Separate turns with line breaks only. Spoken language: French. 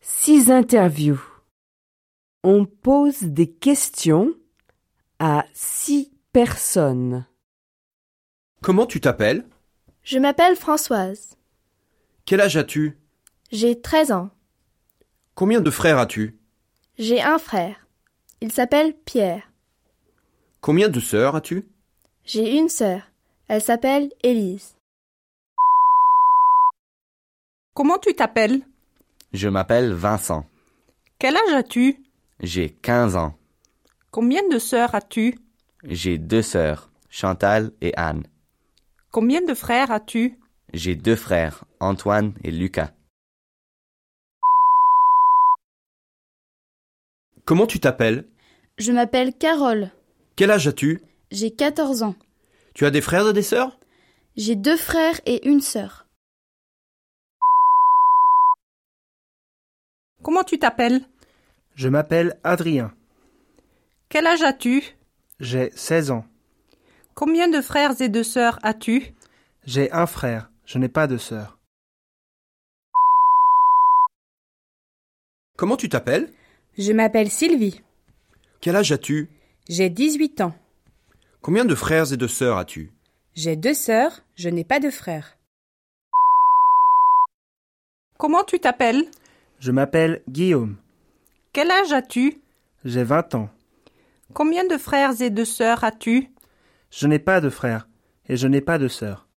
Six interviews. On pose des questions à six personnes.
Comment tu t'appelles
Je m'appelle Françoise.
Quel âge as-tu
J'ai 13 ans.
Combien de frères as-tu
J'ai un frère. Il s'appelle Pierre.
Combien de sœurs as-tu
J'ai une sœur. Elle s'appelle Élise.
Comment tu t'appelles
Je m'appelle Vincent.
Quel âge as-tu
J'ai 15 ans.
Combien de sœurs as-tu
J'ai deux sœurs, Chantal et Anne.
Combien de frères as-tu
J'ai deux frères, Antoine et Lucas.
Comment tu t'appelles
Je m'appelle Carole.
Quel âge as-tu
J'ai 14 ans.
Tu as des frères et des sœurs
J'ai deux frères et une sœur.
Comment tu t'appelles
Je m'appelle Adrien.
Quel âge as-tu
J'ai 16 ans.
Combien de frères et de sœurs as-tu
J'ai un frère. Je n'ai pas de sœur.
Comment tu t'appelles
Je m'appelle Sylvie.
Quel âge as-tu
J'ai 18 ans.
Combien de frères et de sœurs as-tu
J'ai deux sœurs, je n'ai pas de frère.
Comment tu t'appelles
Je m'appelle Guillaume.
Quel âge as-tu
J'ai 20 ans.
Combien de frères et de sœurs as-tu
Je n'ai pas de frère et je n'ai pas de sœur.